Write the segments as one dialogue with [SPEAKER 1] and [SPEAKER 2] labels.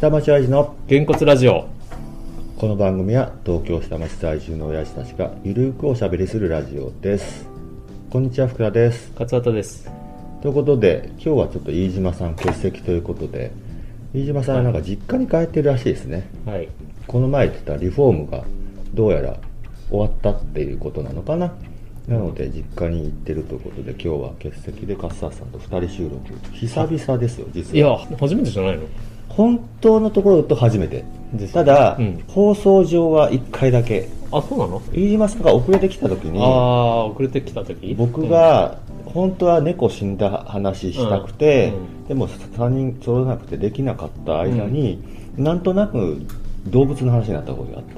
[SPEAKER 1] 下町愛知の
[SPEAKER 2] げんこつラジオ
[SPEAKER 1] この番組は東京下町在住の親父たちがゆるーくおしゃべりするラジオですこんにちは福田です
[SPEAKER 2] 勝畑です
[SPEAKER 1] ということで今日はちょっと飯島さん欠席ということで飯島さんはなんか実家に帰ってるらしいですね
[SPEAKER 2] はい
[SPEAKER 1] この前言ってたリフォームがどうやら終わったっていうことなのかななので実家に行ってるということで今日は欠席で勝沢さんと2人収録久々ですよ
[SPEAKER 2] い
[SPEAKER 1] 実は
[SPEAKER 2] や初めてじゃないの
[SPEAKER 1] 本当のところだと初めて
[SPEAKER 2] です
[SPEAKER 1] ただ、
[SPEAKER 2] うん
[SPEAKER 1] 放送上は1回だけ
[SPEAKER 2] あそうなの、
[SPEAKER 1] 飯島さんが遅れてきた時に
[SPEAKER 2] ああ遅れてきた時
[SPEAKER 1] 僕が本当は猫死んだ話したくて、
[SPEAKER 2] うんうん
[SPEAKER 1] でも3人揃わなくてできなかった間に、なんとなく動物の話になったことがあって、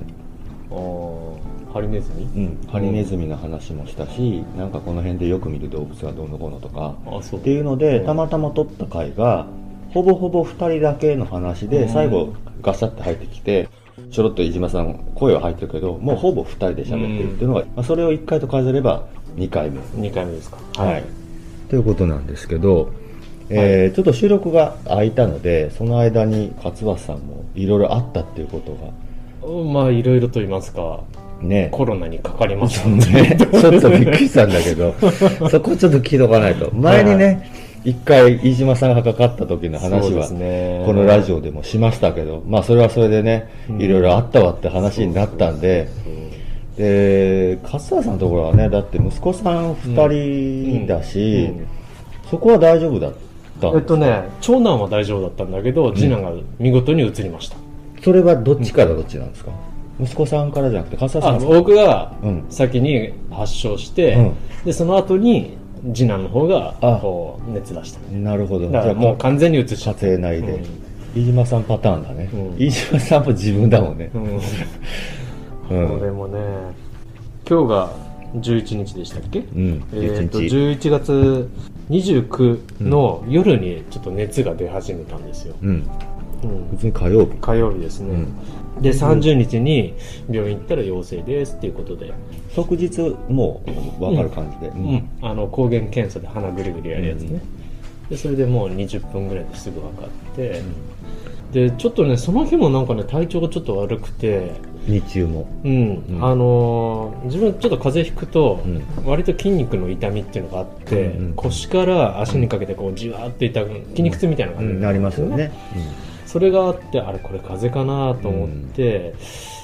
[SPEAKER 2] うんああハリネズミ
[SPEAKER 1] うん、ハリネズミの話もしたし、なんかこの辺でよく見る動物がどうのこうのとか
[SPEAKER 2] あそう
[SPEAKER 1] っていうので、
[SPEAKER 2] うん
[SPEAKER 1] たまたま撮った回がほぼほぼ2人だけの話で、
[SPEAKER 2] うん
[SPEAKER 1] 最後ガシャって入ってきてちょろっと飯島さん声は入ってるけどもうほぼ2人で喋ってるっていうのが、まあ、それを1回と数えれば2回目
[SPEAKER 2] 2回目ですか
[SPEAKER 1] はい、ということなんですけど、えーちょっと収録が空いたのでその間に勝俣さんもいろいろあったっていうこと
[SPEAKER 2] うんまあいろいろと言いますか
[SPEAKER 1] がね
[SPEAKER 2] コロナにかかりました
[SPEAKER 1] そうね ちょっとびっくりしたんだけ どそこちょっと聞いとかないと前にね一回飯島さんがかかった時の話
[SPEAKER 2] そうで
[SPEAKER 1] は
[SPEAKER 2] すね
[SPEAKER 1] このラジオでもしましたけど、まあそれはそれでね
[SPEAKER 2] うん
[SPEAKER 1] いろいろあったわって話になったんでで勝田さんのところはねだって息子さん2人だし、
[SPEAKER 2] うんうん
[SPEAKER 1] そこは大丈夫だったん
[SPEAKER 2] え
[SPEAKER 1] で
[SPEAKER 2] っ
[SPEAKER 1] す
[SPEAKER 2] とね長男は大丈夫だったんだけど次男が見事に移りました、
[SPEAKER 1] それはどっちからどっちなんですか、息子さんからじゃなくて勝田
[SPEAKER 2] あ
[SPEAKER 1] さんから
[SPEAKER 2] 僕が
[SPEAKER 1] うん
[SPEAKER 2] 先に発症して、
[SPEAKER 1] うん
[SPEAKER 2] でその後に次男の方が
[SPEAKER 1] あ
[SPEAKER 2] こう熱出した
[SPEAKER 1] なるほど
[SPEAKER 2] だからもう完全に移しちゃ
[SPEAKER 1] 家
[SPEAKER 2] って
[SPEAKER 1] 庭内で、飯島さんパターンだね、
[SPEAKER 2] うん
[SPEAKER 1] 飯島さんも自分だもんね、
[SPEAKER 2] うん、
[SPEAKER 1] うん
[SPEAKER 2] これもね今日が11日でしたっけ、
[SPEAKER 1] うん
[SPEAKER 2] えーと
[SPEAKER 1] 11
[SPEAKER 2] 11月29の夜にちょっと熱が出始めたんですよ、
[SPEAKER 1] うん、
[SPEAKER 2] うん
[SPEAKER 1] 別に火曜日
[SPEAKER 2] 火曜日ですね、で30日に病院行ったら陽性ですっていうことで、
[SPEAKER 1] 即日もう分かる感じで、うん
[SPEAKER 2] うん、あの抗原検査で鼻ぐるぐるやるやつね、でそれでもう20分ぐらいですぐ分かって、でちょっとねその日もなんかね体調がちょっと悪くて
[SPEAKER 1] 日中も
[SPEAKER 2] うん、
[SPEAKER 1] うん
[SPEAKER 2] あのー自分ちょっと風邪ひくと、
[SPEAKER 1] うん
[SPEAKER 2] 割と筋肉の痛みっていうのがあって、
[SPEAKER 1] うんうん
[SPEAKER 2] 腰から足にかけてこうじわーって痛く筋肉痛みたいなのがあるんですよ
[SPEAKER 1] なりますよね、
[SPEAKER 2] それがあってあれこれ風邪かなと思って、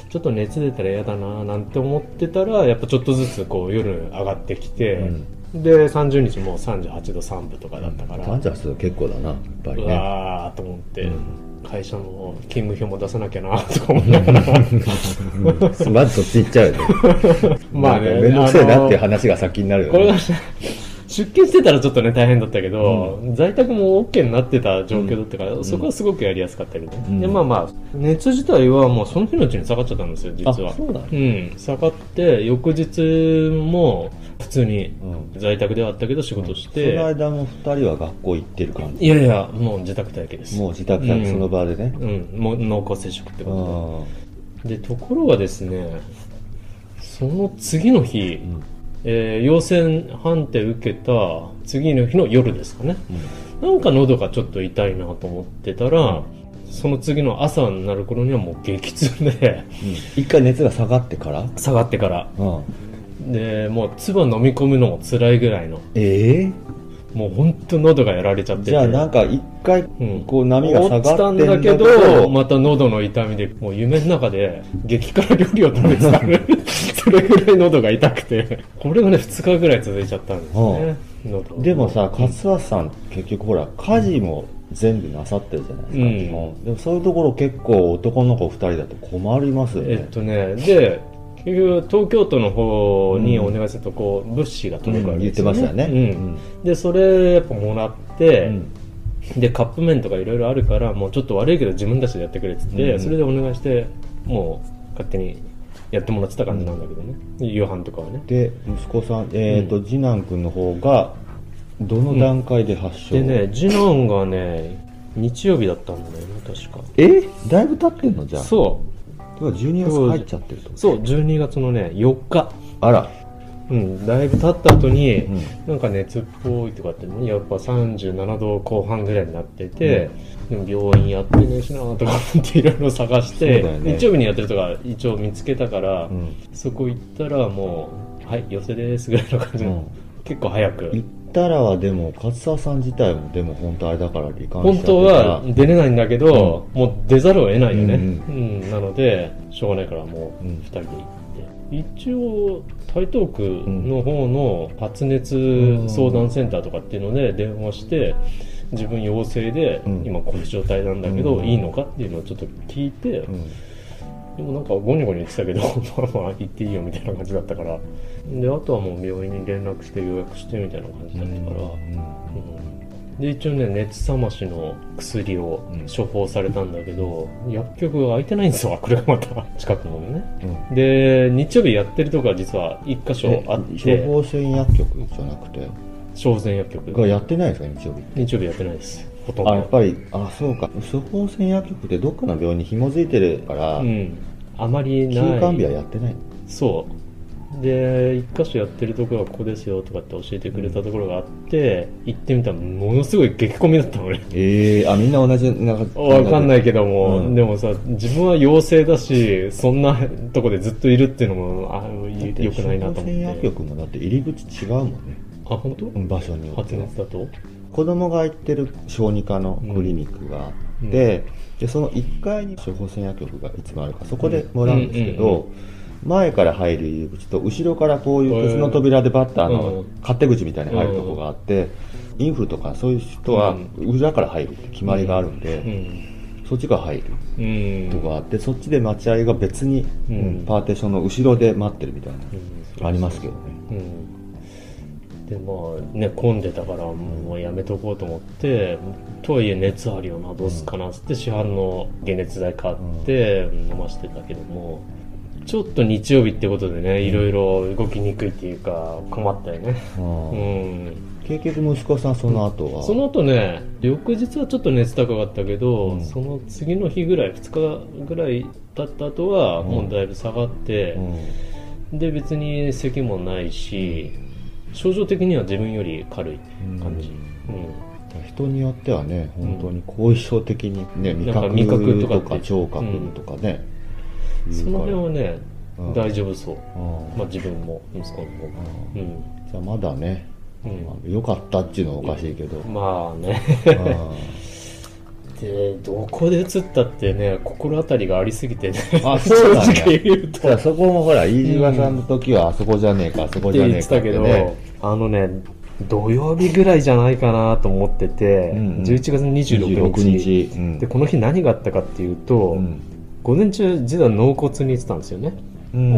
[SPEAKER 2] ちょっと熱出たら嫌だななんて思ってたらやっぱちょっとずつこう夜上がってきて、で30日もう38度3分とかだったから、
[SPEAKER 1] 感謝する結構だなやっぱり
[SPEAKER 2] う
[SPEAKER 1] ね
[SPEAKER 2] わーと思って、
[SPEAKER 1] うん
[SPEAKER 2] 会社の勤務表も出さなきゃなとか思いなが
[SPEAKER 1] う
[SPEAKER 2] ら
[SPEAKER 1] んまずそっち行っちゃうよね
[SPEAKER 2] ま あね
[SPEAKER 1] なんか面倒くせえなっていう話が先になるよ
[SPEAKER 2] これが
[SPEAKER 1] ね
[SPEAKER 2] ね出勤してたらちょっとね大変だったけど、在宅も OK になってた状況だったから、そこはすごくやりやすかったけど、
[SPEAKER 1] うん
[SPEAKER 2] でまあまあ熱自体はもうその日のうちに下がっちゃったんですよ実は
[SPEAKER 1] あそうだね
[SPEAKER 2] ん下がって翌日も普通に
[SPEAKER 1] うん
[SPEAKER 2] 在宅ではあったけど仕事し
[SPEAKER 1] そ
[SPEAKER 2] て、
[SPEAKER 1] の間も2人は学校行ってる感じ
[SPEAKER 2] いやいやもう自宅待機です
[SPEAKER 1] もう自宅から
[SPEAKER 2] うん
[SPEAKER 1] その場でね、
[SPEAKER 2] うん、もう濃厚接触って
[SPEAKER 1] う
[SPEAKER 2] こ
[SPEAKER 1] ん
[SPEAKER 2] とででところがですねその次の日、えー陽性判定受けた次の日の夜ですかね、なんか喉がちょっと痛いなと思ってたら、その次の朝になる頃にはもう激痛で、
[SPEAKER 1] 一回熱が下がってから、
[SPEAKER 2] 下がってから。
[SPEAKER 1] うん、
[SPEAKER 2] で、もう唾飲み込むのも辛いぐらいの、
[SPEAKER 1] ええ
[SPEAKER 2] もうほんと喉がやられちゃってて。
[SPEAKER 1] じゃあなんか一回
[SPEAKER 2] うん
[SPEAKER 1] こう波が下がってんだけ
[SPEAKER 2] 落ちたんだけ
[SPEAKER 1] ど、
[SPEAKER 2] ど、また喉の痛みで、もう夢の中で激辛料理を食べて たそれぐらい喉が痛くて、これがね、2日ぐらい続いちゃったんですね。喉
[SPEAKER 1] でもさ勝俣さん結局ほら家事も全部なさってるじゃないですか、
[SPEAKER 2] うん
[SPEAKER 1] 基本でもそういうところ結構男の子2人だと困りますよね、
[SPEAKER 2] えっとね、で、結局東京都の方にお願いすると、こう、物資が届くわ
[SPEAKER 1] うん
[SPEAKER 2] け
[SPEAKER 1] 言っ
[SPEAKER 2] で
[SPEAKER 1] て
[SPEAKER 2] すよ
[SPEAKER 1] まし
[SPEAKER 2] ね。
[SPEAKER 1] たよね、
[SPEAKER 2] うんで、それやっぱもらって、で、カップ麺とかいろいろあるから、もうちょっと悪いけど自分たちでやってくれって言って、
[SPEAKER 1] うん
[SPEAKER 2] それでお願いして、もう勝手にやってもらってた感じなんだけどね。夕飯とかはね。
[SPEAKER 1] で息子さん、えーと
[SPEAKER 2] う
[SPEAKER 1] 次男君の方がどの段階で発症、
[SPEAKER 2] でね、次男がね、日曜日だったんだよね、確か。
[SPEAKER 1] えだいぶ経ってんのじゃあ
[SPEAKER 2] そ
[SPEAKER 1] だから12月入っちゃってると
[SPEAKER 2] う、そう、12月のね、4日。
[SPEAKER 1] あら
[SPEAKER 2] うん、だいぶ経った後に、
[SPEAKER 1] うん
[SPEAKER 2] なんか熱っぽいとかってね、やっぱ37度後半ぐらいになってて、でも病院やってねえしなとか思っていろいろ探し
[SPEAKER 1] そう
[SPEAKER 2] て、
[SPEAKER 1] だよね
[SPEAKER 2] 日曜日にやってるとか一応見つけたか
[SPEAKER 1] う
[SPEAKER 2] ら、
[SPEAKER 1] ん
[SPEAKER 2] そこ行ったらもう、はい、寄せですぐらいの感じの、
[SPEAKER 1] うん
[SPEAKER 2] 結構早く。
[SPEAKER 1] 行ったらはでも勝沢さん自体もでも本当あれだから離婚し
[SPEAKER 2] 本
[SPEAKER 1] ちゃってた
[SPEAKER 2] 当は出れないんだけど、もう出ざるを得ないよね、
[SPEAKER 1] う
[SPEAKER 2] うんんなのでしょうがないからも
[SPEAKER 1] う
[SPEAKER 2] う
[SPEAKER 1] ん
[SPEAKER 2] 2人で行って、一応台東区の方の発熱相談センターとかっていうので電話して自分陽性で、
[SPEAKER 1] うん
[SPEAKER 2] 今こういう状態なんだけど、
[SPEAKER 1] うん
[SPEAKER 2] いいのかっていうのをちょっと聞いて、
[SPEAKER 1] うん
[SPEAKER 2] でもなんかゴニゴニ言ってたけど まあまあ行っていいよみたいな感じだったからであとはもう病院に連絡して予約してみたいな感じだったから。で一応ね熱冷ましの薬を
[SPEAKER 1] うん
[SPEAKER 2] 処方されたんだけど、薬局が開いてないんですよこれが また近くのね
[SPEAKER 1] うんうん
[SPEAKER 2] で日曜日やってるとこは実は1箇所あっ
[SPEAKER 1] え処
[SPEAKER 2] て
[SPEAKER 1] 方箋薬局じゃなくて
[SPEAKER 2] 小膳薬局
[SPEAKER 1] がやってないんですか日曜日
[SPEAKER 2] 日曜日やってないですほとん
[SPEAKER 1] あやっ
[SPEAKER 2] ど
[SPEAKER 1] ぱりあそうか処方箋薬局ってどっかの病院に紐づいてるから、
[SPEAKER 2] うんあまり
[SPEAKER 1] 休
[SPEAKER 2] ない
[SPEAKER 1] 館日はやってない
[SPEAKER 2] そうで1箇所やってるところはここですよとかって教えてくれたところがあって行ってみたらものすごい激混みだったのね
[SPEAKER 1] ええあみんな同じなんか
[SPEAKER 2] わかんないいけども、
[SPEAKER 1] うん
[SPEAKER 2] でもさ自分は陽性だしそんな とこでずっといるっていうのもあよくないなと
[SPEAKER 1] 処方箋
[SPEAKER 2] 思っ
[SPEAKER 1] 薬
[SPEAKER 2] て
[SPEAKER 1] 局もだって入り口違うもんね
[SPEAKER 2] あ本当、
[SPEAKER 1] うん場所によっ
[SPEAKER 2] 発
[SPEAKER 1] ては
[SPEAKER 2] 熱だと
[SPEAKER 1] 子供が行ってる小児科のクリニックがあって、
[SPEAKER 2] うん
[SPEAKER 1] でその1階に処方箋薬局がいつもあるからそこでもらうんですけ
[SPEAKER 2] うんうんうん
[SPEAKER 1] ど、前から入る入り口と後ろからこういう鉄の扉でバッター
[SPEAKER 2] う
[SPEAKER 1] の
[SPEAKER 2] ん
[SPEAKER 1] 勝手口みたいに入るとこがあって、インフルとかそういう人は裏から入るって決まりがあるん
[SPEAKER 2] う
[SPEAKER 1] で、
[SPEAKER 2] ん
[SPEAKER 1] そっちが入る
[SPEAKER 2] うん
[SPEAKER 1] とかあって、そっちで待ち合いが別に、
[SPEAKER 2] うん
[SPEAKER 1] うんパーテーションの後ろで待ってるみたいな、
[SPEAKER 2] うん
[SPEAKER 1] ありますけどね
[SPEAKER 2] うんでまあね混んでたからもうやめとこうと思ってとはいえ熱あるよなどうすっかなっつって市販の解熱剤買って飲ましてたけどもちょっと日曜日ってことでねいろいろ動きにくいっていうか困ったよね
[SPEAKER 1] うん
[SPEAKER 2] うん
[SPEAKER 1] 結局息子さんその後は、
[SPEAKER 2] その後ね翌日はちょっと熱高かったけど、
[SPEAKER 1] うん
[SPEAKER 2] その次の日ぐらい2日ぐらい経った後は
[SPEAKER 1] うん
[SPEAKER 2] もうだいぶ下がって
[SPEAKER 1] う、ん
[SPEAKER 2] で別に咳もないし症状的には自分より軽い感じ、
[SPEAKER 1] 人によってはね本当に後遺症的にね、味
[SPEAKER 2] なんか味
[SPEAKER 1] 覚
[SPEAKER 2] 覚
[SPEAKER 1] と
[SPEAKER 2] と
[SPEAKER 1] か
[SPEAKER 2] かって
[SPEAKER 1] 聴覚とかね、
[SPEAKER 2] うん
[SPEAKER 1] 言
[SPEAKER 2] そうの
[SPEAKER 1] から
[SPEAKER 2] 辺はね、
[SPEAKER 1] うん
[SPEAKER 2] 大丈夫そう、
[SPEAKER 1] うん
[SPEAKER 2] まあ、自分も息子の方が
[SPEAKER 1] うん
[SPEAKER 2] うん、
[SPEAKER 1] じゃあまだね、
[SPEAKER 2] うん
[SPEAKER 1] まあ、よかったっちゅうのはおかしいけど、
[SPEAKER 2] まあね
[SPEAKER 1] う
[SPEAKER 2] でどこで移ったってね心当たり がありすぎてね
[SPEAKER 1] んあ そうだ
[SPEAKER 2] 正直
[SPEAKER 1] ね
[SPEAKER 2] 言うと
[SPEAKER 1] だからそこもほら飯島さんの時はあそこじゃねえかあそこ
[SPEAKER 2] っ
[SPEAKER 1] じゃね
[SPEAKER 2] て言
[SPEAKER 1] え
[SPEAKER 2] って
[SPEAKER 1] かったて
[SPEAKER 2] けど、
[SPEAKER 1] ね
[SPEAKER 2] あのね土曜日ぐらいじゃないかなと思ってて、
[SPEAKER 1] うんうん
[SPEAKER 2] 11月26
[SPEAKER 1] 26
[SPEAKER 2] 日
[SPEAKER 1] 日、うん
[SPEAKER 2] でこの日何があったかっていう
[SPEAKER 1] う
[SPEAKER 2] と、
[SPEAKER 1] ん
[SPEAKER 2] 午前中実は納骨に行ってたんですよね、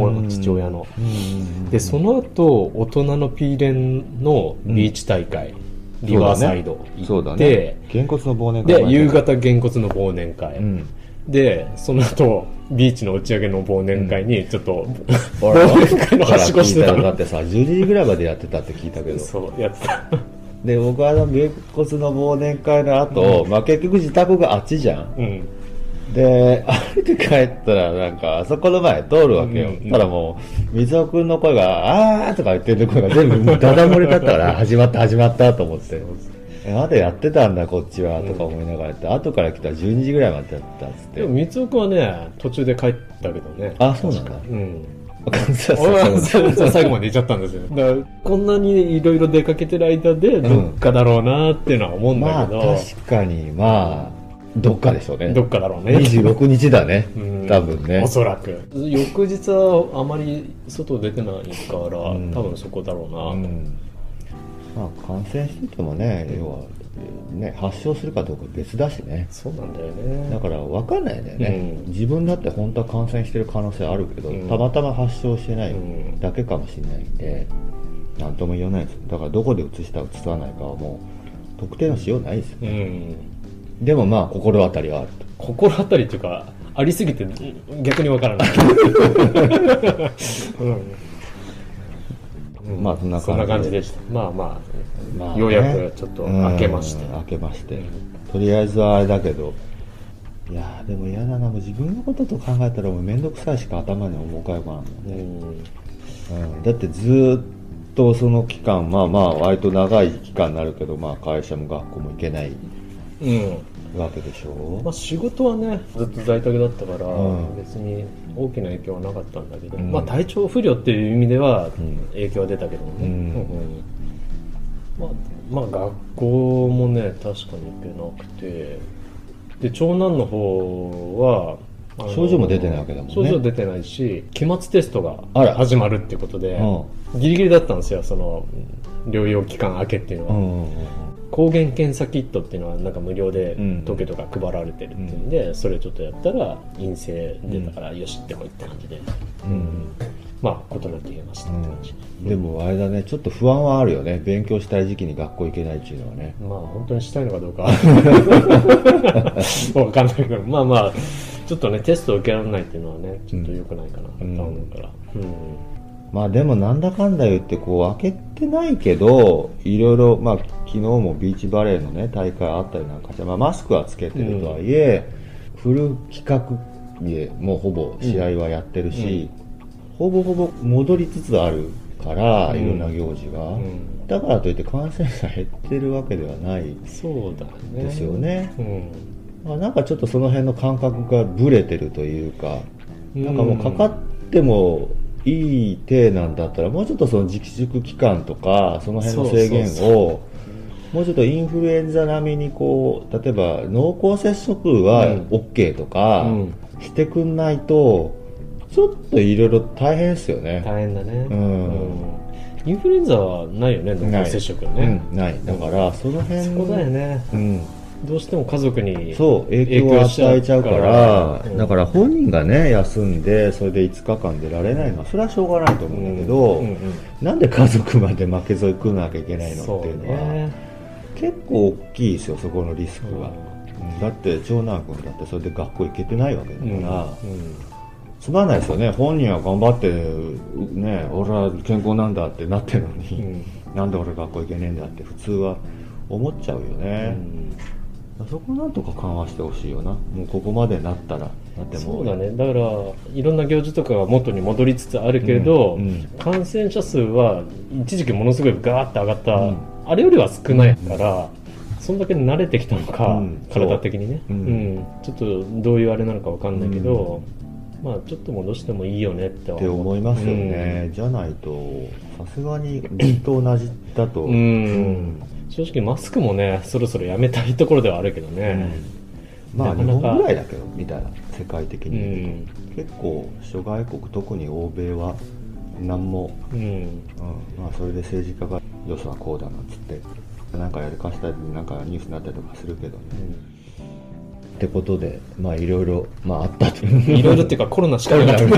[SPEAKER 2] お父親の
[SPEAKER 1] うん
[SPEAKER 2] でその後大人のピーレンのビーチ大会、
[SPEAKER 1] ん
[SPEAKER 2] リバーサイド
[SPEAKER 1] そ
[SPEAKER 2] 行
[SPEAKER 1] うだ
[SPEAKER 2] って、
[SPEAKER 1] ねげんこつの忘年会
[SPEAKER 2] で夕方げんこつの忘年会、
[SPEAKER 1] うん
[SPEAKER 2] でその後ビーチの打ち上げの忘年会にちょっと、
[SPEAKER 1] ほら
[SPEAKER 2] 忘年会のはしごしてた
[SPEAKER 1] だっ
[SPEAKER 2] の
[SPEAKER 1] てさ12時ぐらいまでやってたって聞いたけど
[SPEAKER 2] そうやってた
[SPEAKER 1] で僕はあのげんこつの忘年会の後、まあ結局自宅があっちじゃん
[SPEAKER 2] うん
[SPEAKER 1] で歩いて帰ったらなんかあそこの前通るわけよ、
[SPEAKER 2] うんうん
[SPEAKER 1] ただもう水尾君の声が「あー」とか言ってる声が全部ダダ漏れだったから始まった始まったと思ってえまだやってたんだこっちはとか思いながらやって、後から来たら12時ぐらいまでやってたっつっ
[SPEAKER 2] でも
[SPEAKER 1] て
[SPEAKER 2] 光男君はね途中で帰ったけどね
[SPEAKER 1] あそうなんだ
[SPEAKER 2] うん
[SPEAKER 1] そう
[SPEAKER 2] 俺
[SPEAKER 1] そうそう
[SPEAKER 2] は最後最後までいっちゃったんです よだからこんなにいろいろ出かけてる間でどっかだろうなっていうのは思うん
[SPEAKER 1] ま
[SPEAKER 2] だ
[SPEAKER 1] あ
[SPEAKER 2] けど、
[SPEAKER 1] 確かにまあどっかでしょうね
[SPEAKER 2] どっかだろうね
[SPEAKER 1] 26日だね
[SPEAKER 2] うん
[SPEAKER 1] 多分ね
[SPEAKER 2] おそらく翌日はあまり外出てないから、
[SPEAKER 1] ん
[SPEAKER 2] 多分そこだろうな、
[SPEAKER 1] うんまあ感染しててもね要はね発症するかどうか別だしね
[SPEAKER 2] そうなんだよ
[SPEAKER 1] だ
[SPEAKER 2] ね
[SPEAKER 1] から分かんないんだよね、
[SPEAKER 2] うん
[SPEAKER 1] 自分だって本当は感染してる可能性あるけど、
[SPEAKER 2] うん
[SPEAKER 1] たまたま発症してない
[SPEAKER 2] うん
[SPEAKER 1] だけかもしれないんで何とも言えないですだからどこで移した移さないかはもう特定のしようないですよ
[SPEAKER 2] うん
[SPEAKER 1] でもまあ心当たりはあると
[SPEAKER 2] 心当たりというかありすぎて逆にわからない、うん
[SPEAKER 1] まあそんな感じ
[SPEAKER 2] そんな感じでしたまあまあ、
[SPEAKER 1] まあね
[SPEAKER 2] ようやくちょっと明けまして
[SPEAKER 1] うん明けまして、
[SPEAKER 2] うん
[SPEAKER 1] とりあえずはあれだけどいやーでも嫌だなもう自分のことと考えたらもう面倒くさいしか頭に思い浮かばんもんね、
[SPEAKER 2] うん
[SPEAKER 1] うん、だってずーっとその期間まあまあ割と長い期間になるけどまあ会社も学校も行けない
[SPEAKER 2] うん
[SPEAKER 1] わけでしょ
[SPEAKER 2] まあ、仕事はねずっと在宅だったから、
[SPEAKER 1] うん
[SPEAKER 2] 別に大きな影響はなかったんだけど、
[SPEAKER 1] うん
[SPEAKER 2] まあ、体調不良っていう意味では
[SPEAKER 1] うん
[SPEAKER 2] 影響は出たけどね、
[SPEAKER 1] うん
[SPEAKER 2] うんまあ、まあ学校もね確かに行けなくてで長男の方はあの
[SPEAKER 1] 症状も出てないわけだもんね
[SPEAKER 2] 症状出てないし期末テスト
[SPEAKER 1] あら
[SPEAKER 2] が始まるってことで、ギリギリだったんですよその療養期間明けっていうの
[SPEAKER 1] う
[SPEAKER 2] は、
[SPEAKER 1] んうんうん
[SPEAKER 2] 抗原検査キットっていうのはなんか無料で
[SPEAKER 1] うん
[SPEAKER 2] 時計とか配られてるっていうんで、それちょっとやったら陰性出たから、よしってこいって感じで、
[SPEAKER 1] うん
[SPEAKER 2] まあ事なき言えましたって感じ、
[SPEAKER 1] うんでもあれだねちょっと不安はあるよね勉強したい時期に学校行けないっていうのはね
[SPEAKER 2] まあ本当にしたいのか どうかわかんないけどまあまあちょっとねテストを受けられないっていうのはねちょっと良くないかなと
[SPEAKER 1] ん
[SPEAKER 2] 思うから、うん
[SPEAKER 1] まあでもなんだかんだ言ってこう開けてないけどいろいろまあ昨日もビーチバレーのね大会あったりなんかして、まあ、マスクはつけてるとはいえ、フル規格でもうほぼ試合はやってるし、ほぼほぼ戻りつつあるから、
[SPEAKER 2] うん
[SPEAKER 1] いろんな行事が、
[SPEAKER 2] うん
[SPEAKER 1] だからといって感染者減ってるわけではない
[SPEAKER 2] そうだね
[SPEAKER 1] ですよね
[SPEAKER 2] うん
[SPEAKER 1] まあ、なんかちょっとその辺の感覚がブレてるというか、
[SPEAKER 2] うん
[SPEAKER 1] なんかもうかかってもいい体なんだったら、もうちょっとその自粛期間とか、その辺の制限を、
[SPEAKER 2] そうそうそ
[SPEAKER 1] もうちょっとインフルエンザ並みにこう、例えば濃厚接触は
[SPEAKER 2] うん
[SPEAKER 1] OK とか、
[SPEAKER 2] うん
[SPEAKER 1] してくんないと、ちょっといろいろ大変ですよね。
[SPEAKER 2] 大変だね、
[SPEAKER 1] うん
[SPEAKER 2] インフルエンザはないよね濃厚接触はね、
[SPEAKER 1] うん、ない。だから、その辺
[SPEAKER 2] そこだよね
[SPEAKER 1] うん、
[SPEAKER 2] どうしても家族に
[SPEAKER 1] そう影響を与えちゃうから
[SPEAKER 2] うん
[SPEAKER 1] だから本人がね休んでそれで5日間出られないのはそれはしょうがないと思うんだけど、
[SPEAKER 2] うんうん
[SPEAKER 1] なんで家族まで負け添い食わなきゃいけないの
[SPEAKER 2] そ
[SPEAKER 1] っていううのは
[SPEAKER 2] ね
[SPEAKER 1] 結構大きいですよそこのリスクは、
[SPEAKER 2] う
[SPEAKER 1] うんだって長男君だってそれで学校行けてないわけだから、
[SPEAKER 2] ん
[SPEAKER 1] つまんないですよね本人は頑張ってね俺は健康なんだってなってるの
[SPEAKER 2] う
[SPEAKER 1] に、
[SPEAKER 2] ん
[SPEAKER 1] なんで俺学校行けねえんだって普通は思っちゃうよね、そこなんとか緩和してほしいよなもうここまでなったらだっても
[SPEAKER 2] そうだねだからいろんな行事とかが元に戻りつつあるけれど、
[SPEAKER 1] うんうん
[SPEAKER 2] 感染者数は一時期ものすごいガーッと上がった、
[SPEAKER 1] うん
[SPEAKER 2] あれよりは少ないから、そんだけ慣れてきたのか、
[SPEAKER 1] うん
[SPEAKER 2] 体的にね、
[SPEAKER 1] そううん
[SPEAKER 2] うんちょっとどういうあれなのかわかんないけど、まあちょっと戻してもいいよねっては
[SPEAKER 1] って思いますよね、じゃないとさすがにずっと同じだと
[SPEAKER 2] うん、うん正直マスクもねそろそろやめたいところではあるけどね、
[SPEAKER 1] まあ日
[SPEAKER 2] なかなか
[SPEAKER 1] 本ぐらいだけどみたいな世界的
[SPEAKER 2] う
[SPEAKER 1] に、
[SPEAKER 2] ん
[SPEAKER 1] 結構諸外国特に欧米は何も、
[SPEAKER 2] うん
[SPEAKER 1] うんまあ、それで政治家がよそはこうだなんつってなんかやりかしたりなんかニュースになったりとかするけどねってことでまあいろいろまああったと いう
[SPEAKER 2] いろいろっていうかコロナしかなかっ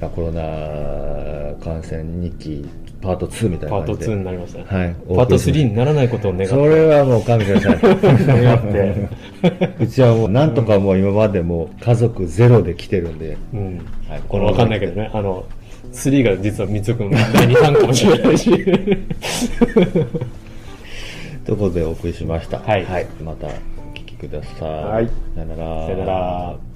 [SPEAKER 2] た
[SPEAKER 1] コロナ感染日記パート2みたい
[SPEAKER 2] パ
[SPEAKER 1] な
[SPEAKER 2] ー
[SPEAKER 1] 感
[SPEAKER 2] ト
[SPEAKER 1] じで
[SPEAKER 2] 2になりましたね、
[SPEAKER 1] はい
[SPEAKER 2] パート3にならないことを願って
[SPEAKER 1] それはもう神様さ
[SPEAKER 2] 願っ て、
[SPEAKER 1] んうちはもうなんとかもう今までもう家族ゼロで来てるんで、
[SPEAKER 2] うん、
[SPEAKER 1] はい、
[SPEAKER 2] これわかんないけどねあの3が実は三つ君目にたんかもしれないし
[SPEAKER 1] ということでお送りしました
[SPEAKER 2] はい
[SPEAKER 1] またお聞きください
[SPEAKER 2] はい
[SPEAKER 1] さよなら
[SPEAKER 2] さよなら